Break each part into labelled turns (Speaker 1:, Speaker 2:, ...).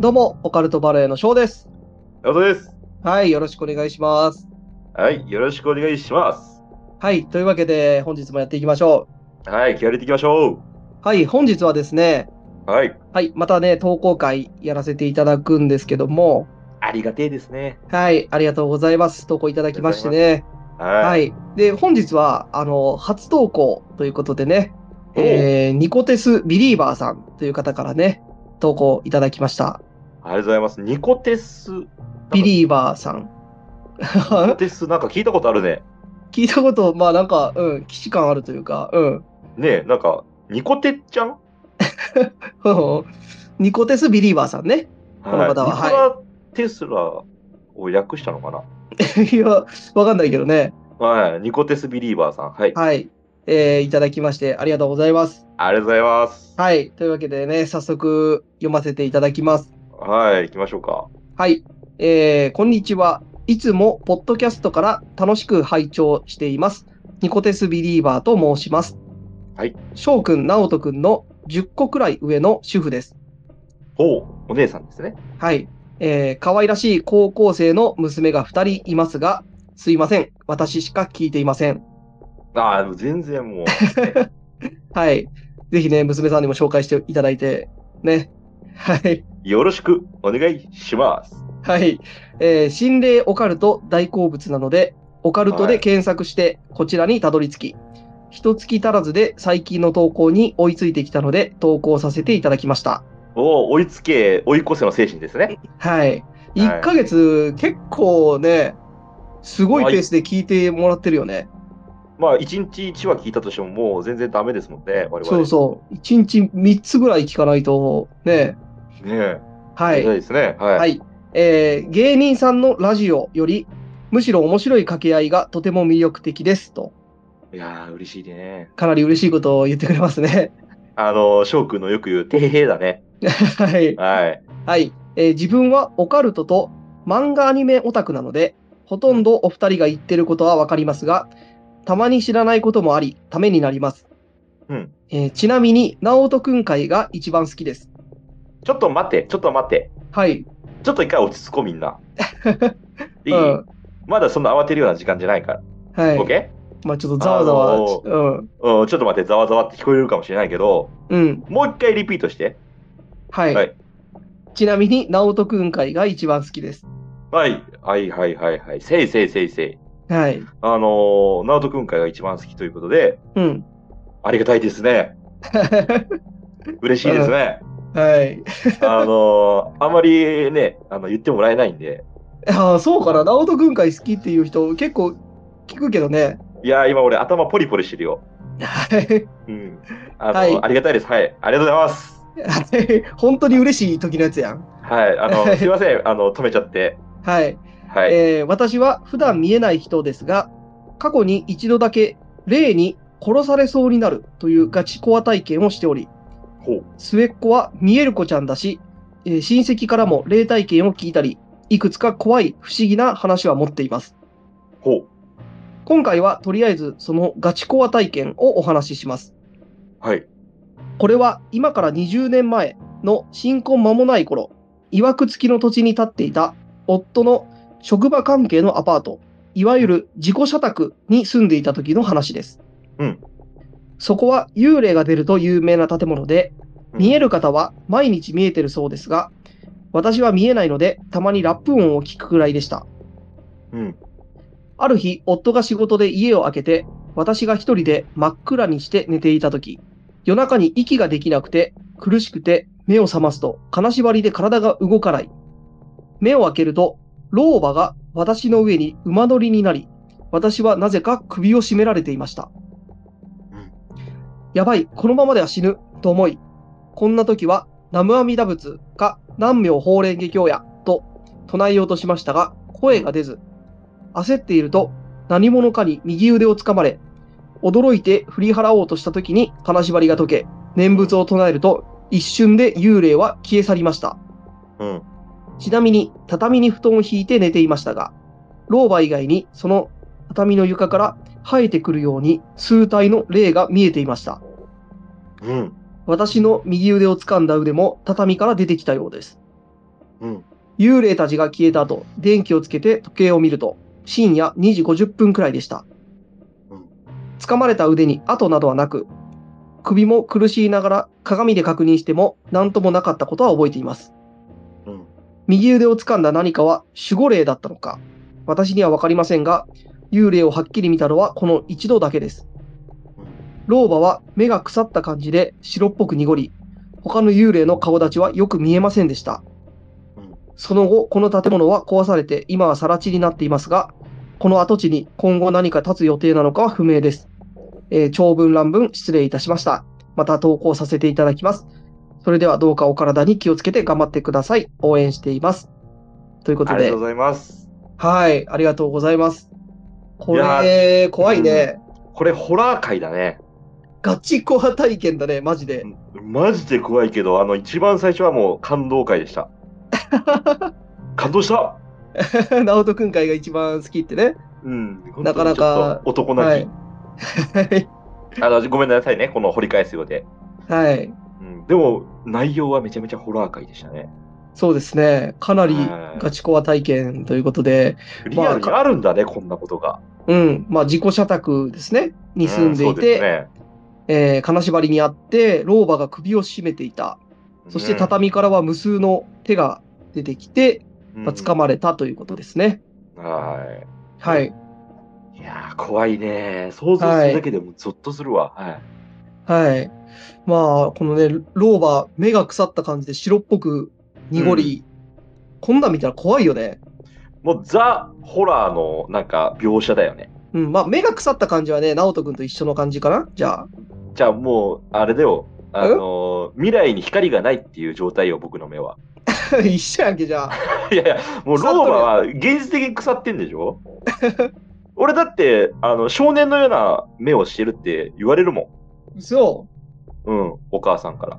Speaker 1: どうも、オカルトバレーの翔です。
Speaker 2: 山本です。
Speaker 1: はい、よろしくお願いします。
Speaker 2: はい、よろしくお願いします。
Speaker 1: はい、というわけで、本日もやっていきましょ
Speaker 2: はい、気合い入れていきましょ
Speaker 1: う。はい、本日はですね、
Speaker 2: う。はい。
Speaker 1: はい、またね、投稿会やらせていただくんですけども、
Speaker 2: ありがてえですね。
Speaker 1: はい、ありがとうございます。投稿いただきましてね。
Speaker 2: は。
Speaker 1: はいい。で、本日は、あの、初投稿ということでね、
Speaker 2: おう
Speaker 1: えー、ニコテスビリーバーさんという方からね、投稿いただきました。
Speaker 2: ありがとうございます。ニコテス。ニ
Speaker 1: ビリーバーさん。
Speaker 2: コテスなんか聞いたことあるね。
Speaker 1: 聞いたこと、まあなんか、うん、既視感あるというか、うん。
Speaker 2: ねえ、なんか、ニコテちゃん
Speaker 1: うんニコテスビリーバーさんね。 この方ははい
Speaker 2: ニコラテスラを訳したのかな、
Speaker 1: いや、わかんないけどね。
Speaker 2: はい。ニコテスビリーバーさん。はい。
Speaker 1: はい。えーいただきましてありがとうございます。
Speaker 2: ありがとうございます。
Speaker 1: はい。というわけでね、早速読ませていただきます。
Speaker 2: はい、行きましょうか。
Speaker 1: はい。えーこんにちは。いつもポッドキャストから楽しく拝聴しています。ニコテスビリーバーと申します。
Speaker 2: はい。
Speaker 1: 翔くん、直人くんの10個くらい上の主婦です。
Speaker 2: ほう、お姉さんですね。
Speaker 1: はい。えー可愛らしい高校生の娘が2人いますが、すいません。私しか聞いていません。
Speaker 2: ああ、全然もう。
Speaker 1: はい。ぜひね、娘さんにも紹介していただいて、ね。はい。
Speaker 2: よろしくお願いします。
Speaker 1: はい。えー心霊オカルト大好物なので、オカルトで検索して、こちらにたどり着き、一月足らずで最近の投稿に追いついてきたので、投稿させていただきました。
Speaker 2: おお、追いつけ、追い越せの精神ですね。
Speaker 1: はい。1ヶ月、結構ね、すごいペースで聞いてもらってるよね。
Speaker 2: まあ、1日1話聞いたとしても、もう全然ダメですもんね、我々。
Speaker 1: そうそう。1日3つぐらい聞かないと、ね。
Speaker 2: う。ねえ。
Speaker 1: はい。
Speaker 2: そうですね。はい。
Speaker 1: はい、えー芸人さんのラジオより、むしろ面白い掛け合いがとても魅力的ですと、
Speaker 2: い、やー、嬉しいね。
Speaker 1: かなり嬉しいことを言ってくれますね。
Speaker 2: あの、翔くんのよく言う、てへへだね。
Speaker 1: はい。
Speaker 2: はい。
Speaker 1: はい、えー自分はオカルトと漫画アニメオタクなので、ほとんどお二人が言ってることはわかりますが、たまに知らないこともあり、ためになります。
Speaker 2: うん
Speaker 1: えーちなみに、直人くん会が一番好きです。
Speaker 2: ちょっと待って、ちょっと待って。
Speaker 1: はい。
Speaker 2: ちょっと一回落ち着こう、み んな。いい、
Speaker 1: うん
Speaker 2: まだそんな慌てるような時間じゃないから。
Speaker 1: はい。
Speaker 2: オッケ
Speaker 1: まあちょっとざわざわ。
Speaker 2: あの
Speaker 1: うん。
Speaker 2: ーうん、ちょっと待って、ざわざわって聞こえるかもしれないけど、
Speaker 1: うん。
Speaker 2: もう一回リピートして。
Speaker 1: はい。
Speaker 2: はい
Speaker 1: ちなみに、直人くん会が一番好きです。
Speaker 2: はい。はいはいはいはい。せいせいせいせい。
Speaker 1: はい。
Speaker 2: あのー、ナオトくん会が一番好きということで、
Speaker 1: うん。
Speaker 2: ありがたいです ね。嬉しいですね。
Speaker 1: はい。
Speaker 2: あのーあまりね、あの言ってもらえないんで、
Speaker 1: ああ、そうかな。直人軍会好きっていう人、結構聞くけどね。
Speaker 2: いやー、今俺、頭ポリポリしてるよ。
Speaker 1: はい
Speaker 2: うん。あの
Speaker 1: はい
Speaker 2: ありがたいです。はい。ありがとうございます。
Speaker 1: はい本当に嬉しい時のやつやん。
Speaker 2: はい。あ の、すいません。あの、止めちゃって。
Speaker 1: はい。
Speaker 2: はい。
Speaker 1: えー私は普段見えない人ですが、過去に一度だけ、例に殺されそうになるというガチコア体験をしており、
Speaker 2: ほう。
Speaker 1: 末っ子は見える子ちゃんだし、えー親戚からも霊体験を聞いたり、いくつか怖い不思議な話は持っています。
Speaker 2: ほ
Speaker 1: 今回はとりあえずそのガチコア体験をお話しします。
Speaker 2: う。はい。
Speaker 1: これは今から20年前の新婚間もない頃、いわくつきの土地に立っていた夫の職場関係のアパート、いわゆる自己社宅に住んでいた時の話です。
Speaker 2: うん
Speaker 1: そこは幽霊が出ると有名な建物で、
Speaker 2: うん
Speaker 1: 見える方は毎日見えてるそうですが、私は見えないので、たまにラップ音を聞くくらいでした。
Speaker 2: うん。
Speaker 1: ある日、夫が仕事で家を開けて、私が一人で真っ暗にして寝ていたとき、夜中に息ができなくて、苦しくて目を覚ますと、金縛りで体が動かない。目を開けると、老婆が私の上に馬乗りになり、私はなぜか首を絞められていました
Speaker 2: うん。
Speaker 1: やばい、このままでは死ぬ、と思い、こんな時は、南無阿弥陀仏か南無法蓮華経や、と唱えようとしましたが、声が出ず、焦っていると何者かに右腕をつかまれ、驚いて振り払おうとした時に金縛りが解け、念仏を唱えると一瞬で幽霊は消え去りました。
Speaker 2: うん。
Speaker 1: ちなみに畳に布団を敷いて寝ていましたが、老婆以外にその畳の床から生えてくるように数体の霊が見えていました。
Speaker 2: うん。
Speaker 1: 私の右腕を掴んだ腕も畳から出てきたようです。
Speaker 2: うん。
Speaker 1: 幽霊たちが消えた後、電気をつけて時計を見ると、深夜2時50分くらいでした
Speaker 2: うん。
Speaker 1: 掴まれた腕に跡などはなく、首も苦しいながら鏡で確認しても何ともなかったことは覚えています。
Speaker 2: うん。
Speaker 1: 右腕を掴んだ何かは守護霊だったのか、私にはわかりませんが、幽霊をはっきり見たのはこの一度だけです。老婆は目が腐った感じで白っぽく濁り、他の幽霊の顔立ちはよく見えませんでした
Speaker 2: うん。
Speaker 1: その後、この建物は壊されて、今は更地になっていますが、この跡地に今後何か建つ予定なのかは不明です。えー長文乱文失礼いたしました。また投稿させていただきます。それではどうかお体に気をつけて頑張ってください。応援しています。ということ
Speaker 2: ありが
Speaker 1: で
Speaker 2: とう、ございます。
Speaker 1: はい、ありがとうございます。こ
Speaker 2: いや
Speaker 1: れ、怖いね。
Speaker 2: これホラー界だね。
Speaker 1: ガチコア体験だね、マジで。
Speaker 2: マジで怖いけど、あの、一番最初はもう感動会で した。感動した
Speaker 1: ナオトくん会が一番好きってね。
Speaker 2: うん。
Speaker 1: なかなか
Speaker 2: 本当にちょっと男
Speaker 1: は
Speaker 2: 泣
Speaker 1: い
Speaker 2: き。。あの、ごめんなさいね、この掘り返すようで。
Speaker 1: はい。
Speaker 2: うん、でも、内容はめちゃめちゃホラー界でしたね。
Speaker 1: そうですね。かなり
Speaker 2: はい
Speaker 1: ガチコア体験ということで、
Speaker 2: リアルにあるんだね、こんなことが。
Speaker 1: うん、まあ自己社宅ですね、に住んでい
Speaker 2: うんそうす
Speaker 1: て、
Speaker 2: ね
Speaker 1: えー金縛りにあって、老婆が首を絞めていた。そして畳からは無数の手が出てきて、
Speaker 2: うん
Speaker 1: まあ、掴まれたということですね。
Speaker 2: は
Speaker 1: はい。
Speaker 2: い。いやー、怖いね。想像するだけでもゾッとするわ。はい。
Speaker 1: はい。まあ、このね、老婆、目が腐った感じで白っぽく濁り、こんなん見たら怖いよね。
Speaker 2: もう、ザ・ホラーの、なんか、描写だよね。
Speaker 1: うん、まあ、目が腐った感じはね、直人君と一緒の感じかなじゃあ。
Speaker 2: じゃあ、もう、あれだよ。あのー未来に光がないっていう状態よ、僕の目は。
Speaker 1: 一緒やんけ、じゃあ。
Speaker 2: いやいや、もう、
Speaker 1: 腐っとる
Speaker 2: ロ
Speaker 1: よ
Speaker 2: ーマは、現実的に腐ってんでしょ俺だって、あの、少年のような目をしてるって言われるもん。
Speaker 1: そう。
Speaker 2: うん、お母さんから。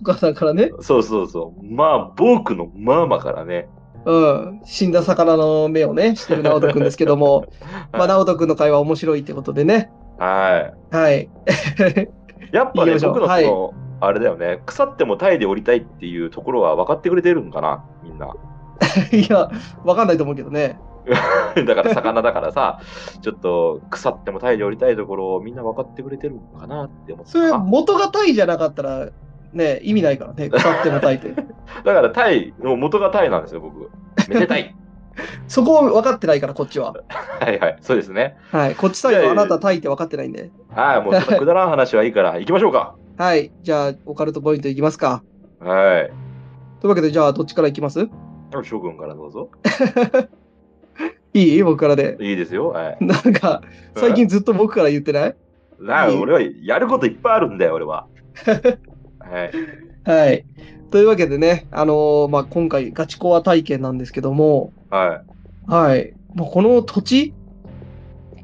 Speaker 1: お母さんからね、
Speaker 2: そうそうそう。まあ、僕のママからね。
Speaker 1: うん、死んだ魚の目をね、してる直人君ですけども、まあ、直人君の会話面白いってことでね。
Speaker 2: は
Speaker 1: はい。
Speaker 2: い。やっぱ
Speaker 1: 行き
Speaker 2: ね、
Speaker 1: ましょう
Speaker 2: 僕のその、あれだよね、腐ってもタイで降りたいっていうところは分かってくれてるんかな、みんな。
Speaker 1: いや、わかんないと思うけどね。
Speaker 2: だから魚だからさ、 ちょっと腐ってもタイで降りたいところをみんな分かってくれてるんかなって思って
Speaker 1: それ、
Speaker 2: た。
Speaker 1: 元がタイじゃなかったら、ね、意味ないからね、腐ってもタイって。
Speaker 2: だからタイ、もう元がタイなんですよ、僕。めで たい。
Speaker 1: そこは分かってないから、こっちは。
Speaker 2: はいはい、そうですね。
Speaker 1: はい。こっちサイドはあなたタイって分かってないんで。
Speaker 2: はい、もう そんなくだらん話はいいから、行きましょうか。
Speaker 1: はい。じゃあ、オカルトポイントいきますか。
Speaker 2: はい。
Speaker 1: というわけで、じゃあ、どっちからいきます
Speaker 2: 翔くんからどうぞ。
Speaker 1: いい僕からで。
Speaker 2: いいですよ。はい。
Speaker 1: なんか、最近ずっと僕から言ってない
Speaker 2: なあ、
Speaker 1: いい
Speaker 2: 俺はやることいっぱいあるんだよ、俺は。 はい。
Speaker 1: はい。というわけでね、あのーまあ、今回ガチコア体験なんですけども、
Speaker 2: は
Speaker 1: はい。まあ、この土地、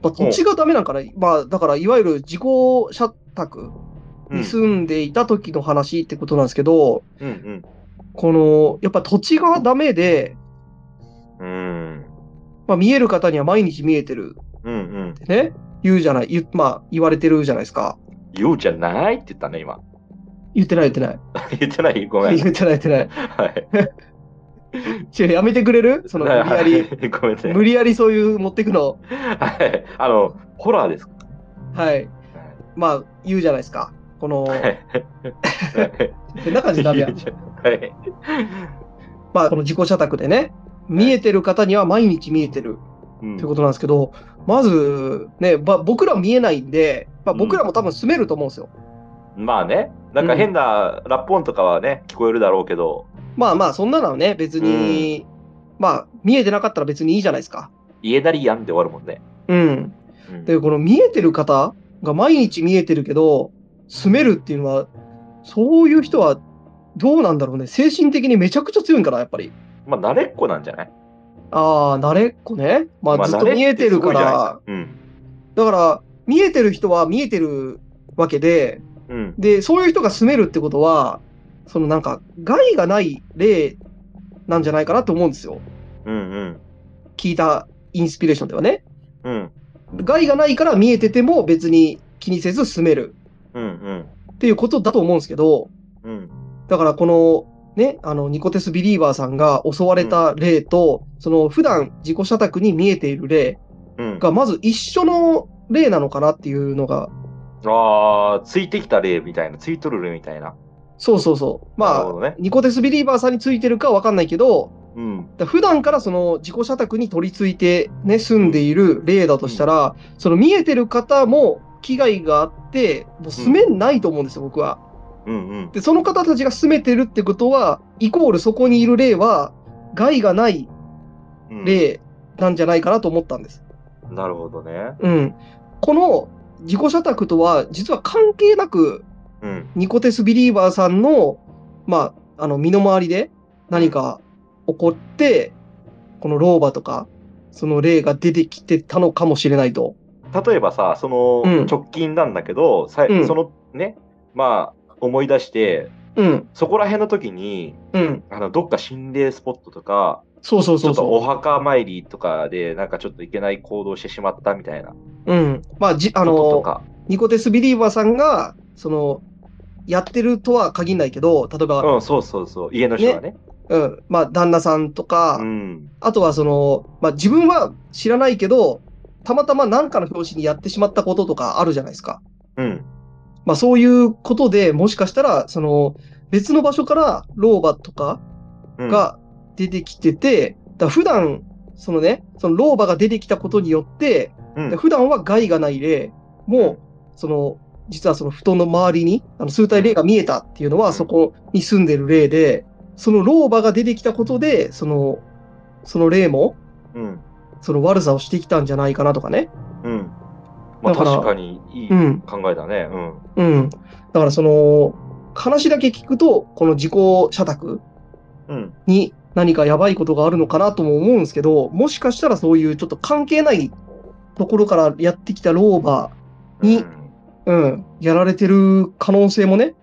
Speaker 1: まあ、土地がダメなんかな、まあ、だから、いわゆる自己社宅
Speaker 2: い。う
Speaker 1: に
Speaker 2: ん
Speaker 1: 住んでいた時の話ってことなんですけど、
Speaker 2: うん
Speaker 1: この、やっぱ土地がダメで、
Speaker 2: うん。うん。
Speaker 1: まあ、見える方には毎日見えてる
Speaker 2: うんうん。
Speaker 1: ってね、言うじゃない、言うまあ、言われてるじゃないですか。
Speaker 2: 言うじゃないって言ったね、今。
Speaker 1: 言ってない、言ってない。
Speaker 2: 言ってないごめん。
Speaker 1: 言ってない、言ってない。
Speaker 2: はい。
Speaker 1: 違うやめてくれるその、無理やり、
Speaker 2: り。ごめん
Speaker 1: 無
Speaker 2: ね。
Speaker 1: 理やりそういう持ってくの、
Speaker 2: はい。あの、ホラーですか
Speaker 1: はい。まあ、言うじゃないですか。この、
Speaker 2: はい。
Speaker 1: 変な感じダメや
Speaker 2: 言う。じゃはい。
Speaker 1: まあ、この自己社宅でね、見えてる方には毎日見えてる
Speaker 2: うん
Speaker 1: ということなんですけど、まず、ね、まあ僕ら見えないんで、まあ、僕らも多分住めると思うんですよ。
Speaker 2: まあね、なんか変なラップ音とかはね、聞こえるだろうけど、
Speaker 1: まあまあ、そんなのはね、別に、まあ、見えてなかったら別にいいじゃないですか。
Speaker 2: 家なりやんで終わるもんね。
Speaker 1: うん。
Speaker 2: うん
Speaker 1: で、この見えてる方が毎日見えてるけど、住めるっていうのは、そういう人はどうなんだろうね。精神的にめちゃくちゃ強いんかな、やっぱり。
Speaker 2: まあ、慣れっこなんじゃない
Speaker 1: ああ、慣れっこね。まあ、ずっと見えてるか。
Speaker 2: 慣れ
Speaker 1: ら
Speaker 2: っ、すごいじゃないです
Speaker 1: だ
Speaker 2: か
Speaker 1: から、見えてる人は見えてるわけで、
Speaker 2: うん。うん。
Speaker 1: で、そういう人が住めるってことは、そのなんか、害がない例なんじゃないかなと思うんですよ。
Speaker 2: うんうん。
Speaker 1: 聞いたインスピレーションではね。
Speaker 2: うん。
Speaker 1: 害がないから見えてても別に気にせず住める
Speaker 2: うんうん。
Speaker 1: っていうことだと思うんですけど、
Speaker 2: うん。
Speaker 1: だからこの、ね、あの、ニコテスビリーバーさんが襲われた例と、その、普段自己社宅に見えている例
Speaker 2: うん。
Speaker 1: が、まず一緒の例なのかなっていうのが、
Speaker 2: ああ、ついてきた例みたいな、ついとる例みたいな。
Speaker 1: そうそうそう。
Speaker 2: なる
Speaker 1: ま
Speaker 2: ほ
Speaker 1: あ、
Speaker 2: どね。
Speaker 1: ニコテスビリーバーさんについてるかわかんないけど、
Speaker 2: うん。
Speaker 1: だから普段からその自己社宅に取り付いて、ね、住んでいる例だとしたら、その見えてる方も危害があって、もう住めないと思うんですよ、僕は。
Speaker 2: うんうん。
Speaker 1: で、その方たちが住めてるってことは、イコールそこにいる例は、害がない
Speaker 2: うん、
Speaker 1: 例なんじゃないかなと思ったんです。
Speaker 2: なるほどね。
Speaker 1: うん。この自己社宅とは、実は関係なく、
Speaker 2: うん。
Speaker 1: ニコテスビリーバーさんの、まあ、あの、身の回りで何か起こって、この老婆とか、その霊が出てきてたのかもしれないと。
Speaker 2: 例えばさ、その
Speaker 1: うん
Speaker 2: 直近なんだけど、さ
Speaker 1: うん
Speaker 2: そのね、まあ、思い出して、
Speaker 1: うん、
Speaker 2: そこら辺の時に、
Speaker 1: うん。
Speaker 2: あのどっか心霊スポットとか、
Speaker 1: そうそう
Speaker 2: ち
Speaker 1: そ
Speaker 2: ょ
Speaker 1: う
Speaker 2: っと
Speaker 1: そ
Speaker 2: お墓参りとかで、なんかちょっといけない行動をしてしまったみたいなこ
Speaker 1: う。うん。まあ、じ、あ
Speaker 2: とと
Speaker 1: の、
Speaker 2: か。
Speaker 1: ニコテスビリーバーさんが、その、やってるとは限らないけど、例えば、
Speaker 2: うん、そうそうそう。家の人がね。
Speaker 1: うん、まあ、旦那さんとか、
Speaker 2: うん。
Speaker 1: あとはその、まあ、自分は知らないけど、たまたま何かの表紙にやってしまったこととかあるじゃないですか。
Speaker 2: うん。
Speaker 1: まあ、そういうことでもしかしたら、その、別の場所から老婆とか
Speaker 2: うん、
Speaker 1: が出てきてて、だから普段、そのね、その老婆が出てきたことによって、
Speaker 2: うん、
Speaker 1: で普段は害がない例も、その、実はその布団の周りに、あの数体霊が見えたっていうの
Speaker 2: う
Speaker 1: は、
Speaker 2: ん
Speaker 1: そこに住んでる例で、その老婆が出てきたことで、その、その霊も、
Speaker 2: うん。
Speaker 1: その悪さをしてきたんじゃないかなとかね。
Speaker 2: うん。まあ
Speaker 1: だから
Speaker 2: 確かにいい
Speaker 1: うん、
Speaker 2: 考えだね。うん。
Speaker 1: うん。だからその、話だけ聞くと、この自己社宅
Speaker 2: うん。
Speaker 1: に何かやばいことがあるのかなとも思うんですけど、もしかしたらそういうちょっと関係ないところからやってきた老婆に
Speaker 2: うん
Speaker 1: うん、やられてる可能性もね、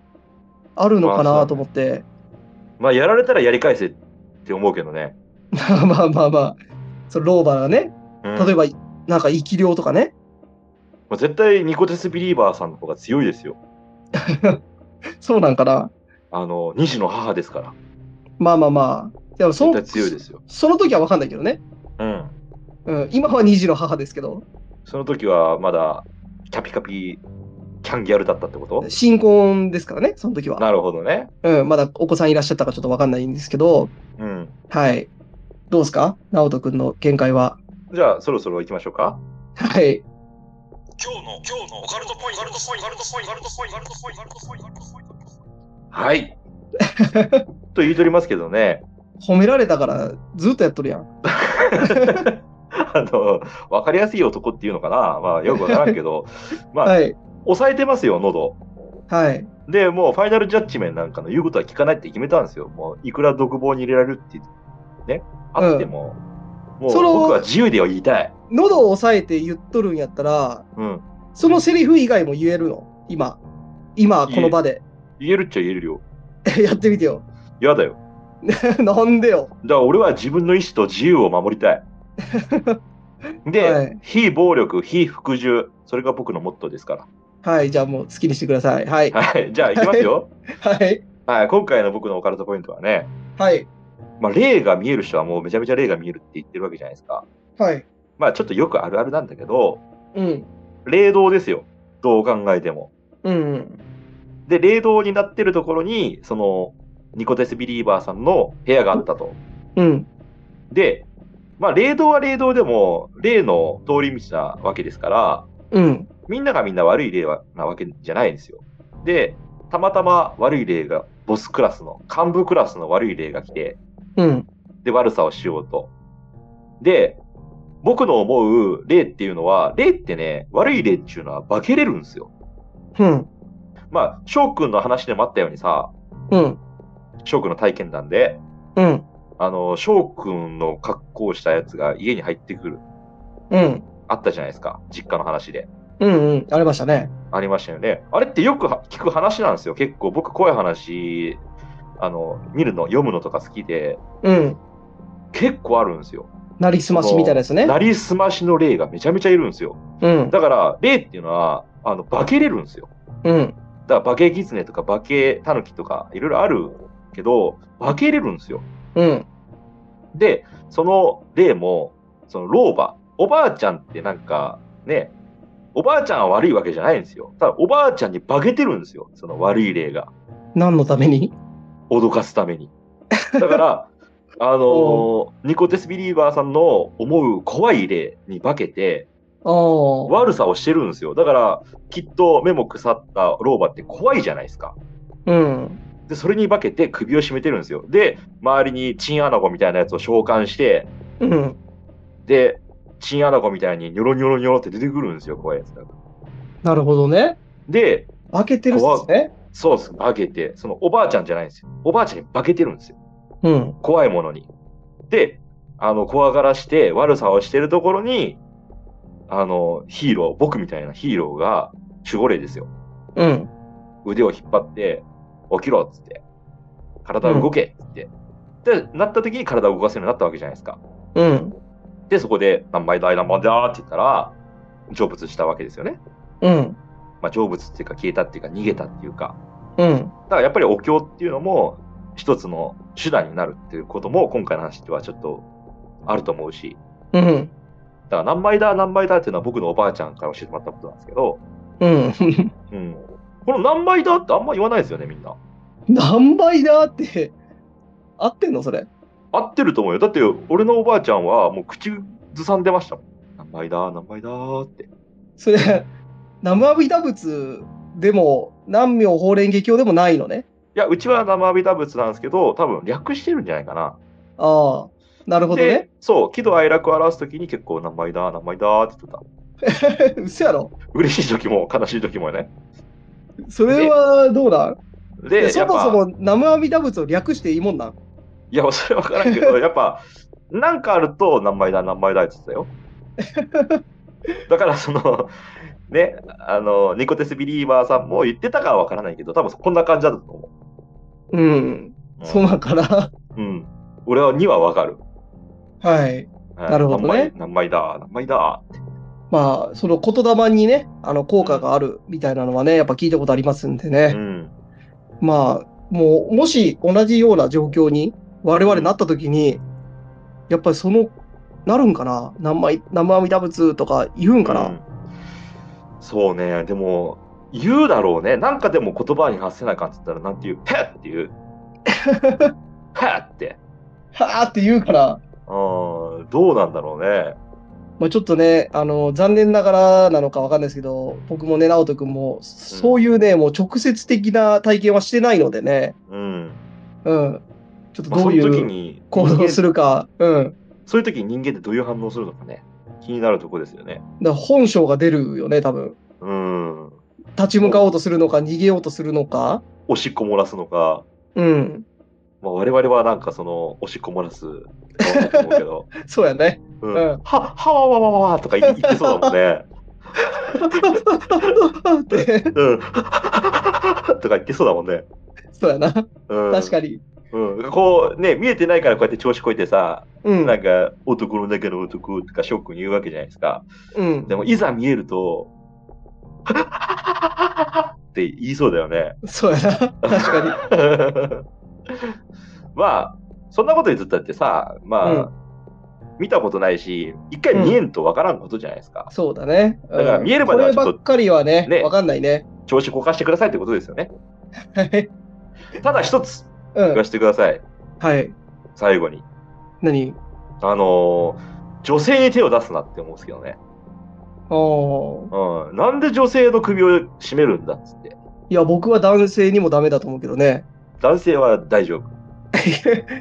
Speaker 1: あるのか
Speaker 2: まあそう
Speaker 1: な
Speaker 2: ね
Speaker 1: と思って、
Speaker 2: まあやられたらやり返せって思うけどね。
Speaker 1: まあまあまあまあ、その老婆がね、
Speaker 2: うん、
Speaker 1: 例え
Speaker 2: ば。
Speaker 1: ば、なんか生き量とかね、
Speaker 2: 絶対ニコテスビリーバーさんの方が強いですよ。
Speaker 1: そうなんかな。
Speaker 2: あの、二児の母ですから。
Speaker 1: まあまあまあ、でもそ
Speaker 2: 絶
Speaker 1: の
Speaker 2: 対強いですよ。
Speaker 1: その時はわかんないけどね、
Speaker 2: うん。
Speaker 1: うん、今は二児の母ですけど、
Speaker 2: その時はまだキャピカピキャンギャルだったってこと
Speaker 1: 新婚ですからね、その時は。
Speaker 2: なるほどね。
Speaker 1: うん、まだお子さんいらっしゃったかちょっとわかんないんですけど、
Speaker 2: うん。
Speaker 1: はい。どうですか直人くんの見解は。
Speaker 2: じゃあそろそろ行きましょうか。
Speaker 1: はい。
Speaker 2: 今日の今日のオカルトポイント はい。と言いとりますけどね、
Speaker 1: 褒められたからずっとやっとるやん。
Speaker 2: あの、わかりやすい男っていうのかな、まあよくわからんけ ど、まあ、
Speaker 1: はい。
Speaker 2: 抑えてますよ、喉。
Speaker 1: はい。
Speaker 2: で、もうファイナルジャッジメントなんかの言うことは聞かないって決めたんですよ。もういくら独房に入れられるって、ね、あっても、もう
Speaker 1: その
Speaker 2: 僕は自由では言いたい。
Speaker 1: 喉を押さえて言っとるんやったら、
Speaker 2: うん。
Speaker 1: そのセリフ以外も言えるの今。今、この場で。
Speaker 2: 言えるっちゃ言えるよ。
Speaker 1: やってみてよ。
Speaker 2: 嫌だよ。
Speaker 1: なんでよ。
Speaker 2: だから俺は自分の意思と自由を守りた い。で、
Speaker 1: はい
Speaker 2: 非暴力、非服従、それが僕のモットーですか
Speaker 1: はい、じゃあもう好きにしてください。はい。
Speaker 2: ら。はい、じゃあ行きます よ。
Speaker 1: はい。
Speaker 2: はい、今回の僕のオカルトポイントはね、
Speaker 1: はい。
Speaker 2: まあ、霊が見える人はもうめちゃめちゃ霊が見えるって言ってるわけじゃないですか。
Speaker 1: はい。
Speaker 2: まあちょっとよくあるあるなんだけど、
Speaker 1: うん。
Speaker 2: 霊道ですよ。どう考えても。
Speaker 1: うんうん。
Speaker 2: で、霊道になってるところに、その、ニコテスビリーバーさんの部屋があったと。
Speaker 1: うん。
Speaker 2: で、まあ、霊道は霊道でも、霊の通り道なわけですから、
Speaker 1: うん。
Speaker 2: みんながみんな悪い例はなわけじゃないんですよ。で、たまたま悪い例が、ボスクラスの、幹部クラスの悪い例が来て、
Speaker 1: うん。
Speaker 2: で、悪さをしようと。で、僕の思う例っていうのは、例ってね、悪い例っていうのは化けれるんですよ。
Speaker 1: うん。
Speaker 2: まあ、翔くんの話でもあったようにさ、
Speaker 1: うん。
Speaker 2: 翔くんの体験談で、
Speaker 1: うん。
Speaker 2: あの、翔くんの格好をしたやつが家に入ってくる、
Speaker 1: うん。
Speaker 2: あったじゃないですか。実家の話で。
Speaker 1: うん。うん。ありましたね。
Speaker 2: ありましたよね。あれってよくは聞く話なんですよ。結構僕、怖い話、あの、見るの、読むのとか好きで、
Speaker 1: うん。
Speaker 2: 結構あるんですよ。
Speaker 1: なりすましみたいなやつね。
Speaker 2: なりすましの霊がめちゃめちゃいるんですよ。
Speaker 1: うん。
Speaker 2: だから、霊っていうのは、あの、化けれるんですよ。
Speaker 1: うん。
Speaker 2: だから、化け狐とか化け狸とか、いろいろあるけど、分け入れるんですよ。
Speaker 1: うん。
Speaker 2: で、その例も、その老婆、おばあちゃんってなんかね、おばあちゃんは悪いわけじゃないんですよ。ただ、おばあちゃんに化けてるんですよ。その悪い例が。
Speaker 1: 何のために
Speaker 2: 脅かすために。だから、あのニコテスビリーバーさんの思う怖い例に化けて、
Speaker 1: ああ。
Speaker 2: 悪さをしてるんですよ。だから、きっと目も腐った老婆って怖いじゃないですか。
Speaker 1: うん。
Speaker 2: で、それに化けて首を絞めてるんですよ。で、周りにチンアナゴみたいなやつを召喚して、
Speaker 1: うん。
Speaker 2: で、チンアナゴみたいにニョロニョロニョロって出てくるんですよ、怖いやつが。
Speaker 1: なるほどね。
Speaker 2: で、
Speaker 1: 開けてるっすね。
Speaker 2: そうです、化けて、そのおばあちゃんじゃないんですよ。おばあちゃんに化けてるんですよ。
Speaker 1: うん。
Speaker 2: 怖いものに。で、あの、怖がらして悪さをしてるところに、あの、ヒーロー、僕みたいなヒーローが守護霊ですよ。
Speaker 1: うん。
Speaker 2: 腕を引っ張って、起きろっつって、体を動けっつって。で、なった時に体を動かせるようになったわけじゃないですか。
Speaker 1: うん。
Speaker 2: で、そこで、何倍だ、何倍だって言ったら、成仏したわけですよね。
Speaker 1: うん。
Speaker 2: まあ、成仏っていうか、消えたっていうか、逃げたっていうか。
Speaker 1: うん。
Speaker 2: だからやっぱりお経っていうのも、一つの手段になるっていうことも、今回の話ではちょっとあると思うし。
Speaker 1: うん。
Speaker 2: だから何倍だ何倍だっていうのは僕のおばあちゃんから教えてもらったことなんですけど、
Speaker 1: うん。
Speaker 2: うん、この何倍だってあんま言わないですよねみんな
Speaker 1: 何倍だって、合ってんのそれ。
Speaker 2: 合ってると思うよだって俺のおばあちゃんはもう口ずさんでましたもん何倍だ何倍だって
Speaker 1: それ、南無阿弥陀仏でも、南明法蓮華経でもないのね。
Speaker 2: いやうちは生阿弥陀仏なんですけど多分略してるんじゃないかな
Speaker 1: ああ。なるほどね
Speaker 2: で。そう喜怒哀楽を表す時に結構何倍だ何倍だって言ってた
Speaker 1: 嘘やろ。
Speaker 2: 嬉しい時も悲しい時もね
Speaker 1: それはどうなんいや
Speaker 2: で
Speaker 1: そ
Speaker 2: やっ
Speaker 1: も
Speaker 2: ぱ
Speaker 1: そも南無阿弥陀仏を略していいもんなん
Speaker 2: いやそれ分からんけ どやっぱなんかあると何倍だ何倍だって言ってたよ だからそのねあのニコテスビリーバーさんも言ってたかは分からないけど多分こんな感じだったと思
Speaker 1: うん。
Speaker 2: う、うん、
Speaker 1: そうだから。
Speaker 2: うん俺はには分かる、
Speaker 1: はい。
Speaker 2: はい
Speaker 1: なるほどね
Speaker 2: 何倍何倍だ何倍だ
Speaker 1: まあ、その言霊にね、あの効果があるみたいなのはね、やっぱ聞いたことありますんで
Speaker 2: う
Speaker 1: ね。
Speaker 2: ん
Speaker 1: まあ、もう、もし同じような状況に我々なった時に、やっぱりその、なるんかな何枚、生阿弥陀仏とか言うんか
Speaker 2: う
Speaker 1: なん
Speaker 2: そうねでも言うだろうねなんかでも言葉に発せなあかんって言ったらなんて言うペッって言う ペッって
Speaker 1: はーって言うから、
Speaker 2: うんどうなんだろうね
Speaker 1: まあ、ちょっとね、あの、残念ながらなのかわかんないですけど、僕もね、直人君も、そういうね、もう直接的な体験はしてないのでね、
Speaker 2: うん
Speaker 1: うん。ちょっと
Speaker 2: まあ、
Speaker 1: ど
Speaker 2: そうの時
Speaker 1: いう
Speaker 2: に
Speaker 1: 行動をす
Speaker 2: る
Speaker 1: るか、うん。
Speaker 2: そういう時に人間ってどういう反応するのかね気になるとこですよね
Speaker 1: だから本性が出るよね、多分。
Speaker 2: うん
Speaker 1: 立ち向かおうとするのか、逃げようとするのか。
Speaker 2: おしっこ漏らすのか、
Speaker 1: うん。
Speaker 2: まあ、我々はなんかそのおしっこ漏らす側だと思うけ ど、
Speaker 1: そうやね。
Speaker 2: うん
Speaker 1: うん
Speaker 2: ははわわわわわとか言い言ってそうだもんね
Speaker 1: って
Speaker 2: うんとか言ってそうだもんね、
Speaker 1: そうやな。
Speaker 2: うん、
Speaker 1: 確か
Speaker 2: に、
Speaker 1: に。
Speaker 2: うん、こうね見えてないからこうやって調子こいてさ、
Speaker 1: うん。
Speaker 2: なんか男の中の男とかショックに言うわけじゃないですか
Speaker 1: うん
Speaker 2: で。もいざ見えるとって言いそうだよね
Speaker 1: そうやな。確か
Speaker 2: まあそんなこと言ってたってさまあ、
Speaker 1: うん
Speaker 2: 見たことないし一回見えんとわからんことじゃないですか
Speaker 1: に。、そうだね。だ
Speaker 2: から見えるまではちょっと
Speaker 1: こればっかりはね、
Speaker 2: ね
Speaker 1: わかんないね。
Speaker 2: 調子こかしてくださいってことですよね
Speaker 1: はい。
Speaker 2: ただ一つ
Speaker 1: う
Speaker 2: 言わ
Speaker 1: ん。
Speaker 2: せてください、
Speaker 1: はい。
Speaker 2: 最後に
Speaker 1: 何
Speaker 2: あのー女性に手を出すなって思うんですけどね、
Speaker 1: おー
Speaker 2: うん、なんで女性の首を絞めるんだっつって
Speaker 1: いや、僕は男性にもダメだと思うけどね。
Speaker 2: 男性は大丈夫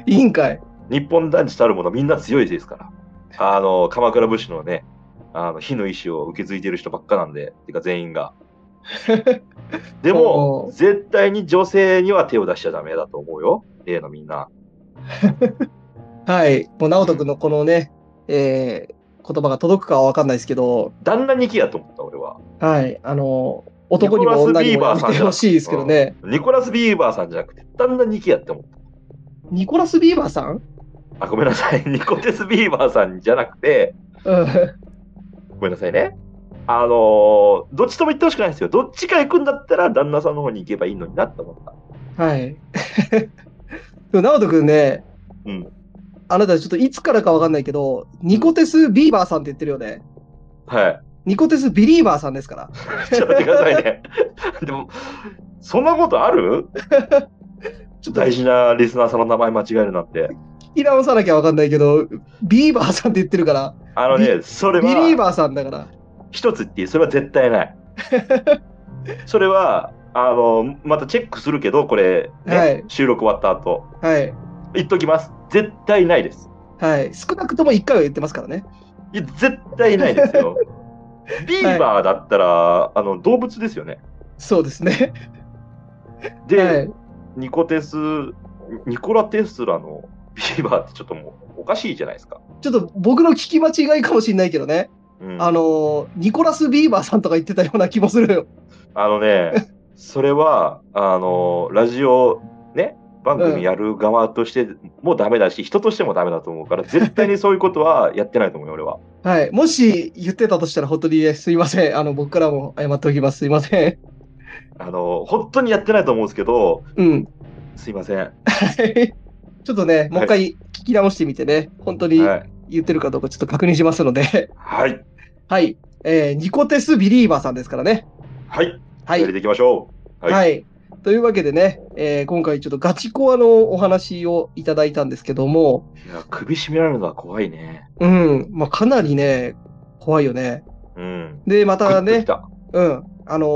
Speaker 1: いいんかい。
Speaker 2: 日本男児たるものみんな強いですからあの鎌倉武士のねあの火の意志を受け継いでる人ばっかなんでてか全員がで
Speaker 1: お
Speaker 2: も
Speaker 1: う
Speaker 2: 絶対に女性には手を出しちゃダメだと思うよ例のみんな
Speaker 1: はい。もう、直人君のこのね、えー、言葉が届くかはわかんないですけど、
Speaker 2: 旦那に行きやと思った俺は
Speaker 1: はい、あの、男にも
Speaker 2: ニコ
Speaker 1: 女
Speaker 2: ラス
Speaker 1: に
Speaker 2: ビー
Speaker 1: も
Speaker 2: バ
Speaker 1: や
Speaker 2: ー
Speaker 1: め
Speaker 2: さん
Speaker 1: てほしいですけどね。
Speaker 2: ニコラス・ビーバーさんじゃなくて旦那に行きやって思っ
Speaker 1: ニコラス・ビーバーさん
Speaker 2: たあごめんなさいニコテス・ビーバーさんじゃなくて
Speaker 1: うん。
Speaker 2: ごめんなさいねあのーどっちとも言ってほしくないんです よどっちか行くんだったら旦那さんの方に行けばいいのになって思った
Speaker 1: はい。でも、直人くんね、
Speaker 2: うん
Speaker 1: あなたちょっといつからかわかんないけど、ニコテスビーバーさんって言ってるよね。
Speaker 2: はい。
Speaker 1: ニコテスビリーバーさんですから。
Speaker 2: ちょっと待ってくださいね。 でも、そんなことある
Speaker 1: ちょっと
Speaker 2: 大事なリスナーさんの名前間違えるなんて。
Speaker 1: 聞き直さなきゃわかんないけど、ビーバーさんって言ってるから、
Speaker 2: あのね、それ
Speaker 1: ビリー
Speaker 2: は
Speaker 1: バーさんだから。
Speaker 2: 一つっていう、それは絶 対ない。それは、あの、またチェックするけど、これ、ね
Speaker 1: はい
Speaker 2: 収録終わった後。
Speaker 1: はい。
Speaker 2: 言っときます。絶対ないです。
Speaker 1: はい。少なくとも1回は言ってますからね。
Speaker 2: いや、絶対ないです よ。ビーバーだったら、あの動物ですよね。
Speaker 1: そうですね。
Speaker 2: で、
Speaker 1: はい。
Speaker 2: ニコテス、ニコラ・テスラのビーバーってちょっともうおかしいじゃないですか。
Speaker 1: ちょっと僕の聞き間違いかもしれないけどね。
Speaker 2: うん
Speaker 1: あの、ニコラス・ビーバーさんとか言ってたような気もするよ。
Speaker 2: あのね、それは、あの、ラジオ、ね、番組やる側としてもダメだし、人としてもダメだと思 うから、絶対にそういうことはやってないと思うよ、俺は。
Speaker 1: はい。もし言ってたとしたら本当にすいません。あの、僕からも謝っておきます。すいません。
Speaker 2: あの、本当にやってないと思うんですけど、
Speaker 1: うん。
Speaker 2: すいません。は
Speaker 1: はいちょっとね、もう一回聞き直してみてね、本当
Speaker 2: い
Speaker 1: に。言ってるかどうかちょっと確認しますので、
Speaker 2: はい。
Speaker 1: はい。えーニコテス・ビリーバーさんですからね。
Speaker 2: はい。
Speaker 1: は
Speaker 2: やり
Speaker 1: い。
Speaker 2: ていきましょう。
Speaker 1: はい。というわけでね、えー今回ちょっとガチコアのお話をいただいたんですけども、
Speaker 2: いや、首絞められるのは怖いね。
Speaker 1: うん、まあ、かなりね、怖いよね。
Speaker 2: うん。
Speaker 1: で、また
Speaker 2: グッと
Speaker 1: ね
Speaker 2: き、た
Speaker 1: うん、あのー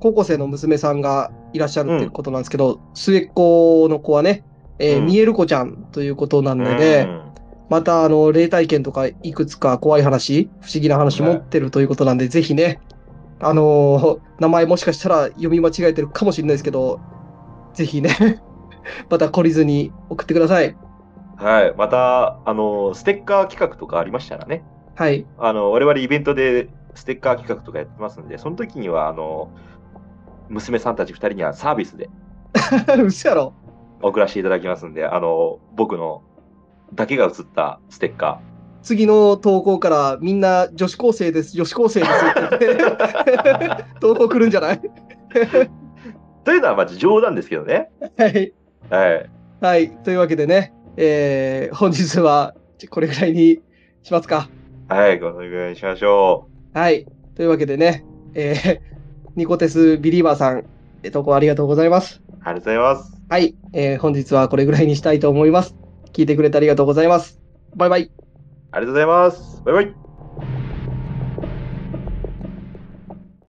Speaker 1: 高校生の娘さんがいらっしゃるっていうことなんですけど、末っ子の子はね、えー
Speaker 2: うん
Speaker 1: 見える子ちゃんということなんでね、
Speaker 2: うん
Speaker 1: またあの霊体験とかいくつか怖い話、不思議な話持ってるということなんで、ぜひね、あのー名前もしかしたら読み間違えてるかもしれないですけど、ぜひね、 また懲りずに送ってください。
Speaker 2: はい。また、あの、ステッカー企画とかありましたらね、
Speaker 1: はい。
Speaker 2: あの、我々イベントでステッカー企画とかやってますんで、その時には、あの、娘さんたち2人にはサービスで
Speaker 1: 嘘やろ。
Speaker 2: 送らせていただきますんで、あの、僕のだけが写ったステッカ
Speaker 1: 次の投稿からみんな女子高生です、女子高生ですって言って
Speaker 2: ー。
Speaker 1: 投稿来るんじゃない
Speaker 2: というのは、まあ、冗談ですけどね。
Speaker 1: はい。
Speaker 2: はい。
Speaker 1: はい。というわけでね、えー本日はこれぐらいにしますか。
Speaker 2: はい、このぐらいにしましょ
Speaker 1: はい。というわけでね、えーニコテスビリーバーさん、え投稿ありがとうございます
Speaker 2: う。。ありがとうございます。
Speaker 1: はい。えー本日はこれぐらいにしたいと思います。聞いてくれてありがとうございます。バイバイ。
Speaker 2: ありがとうございます。バイバイ。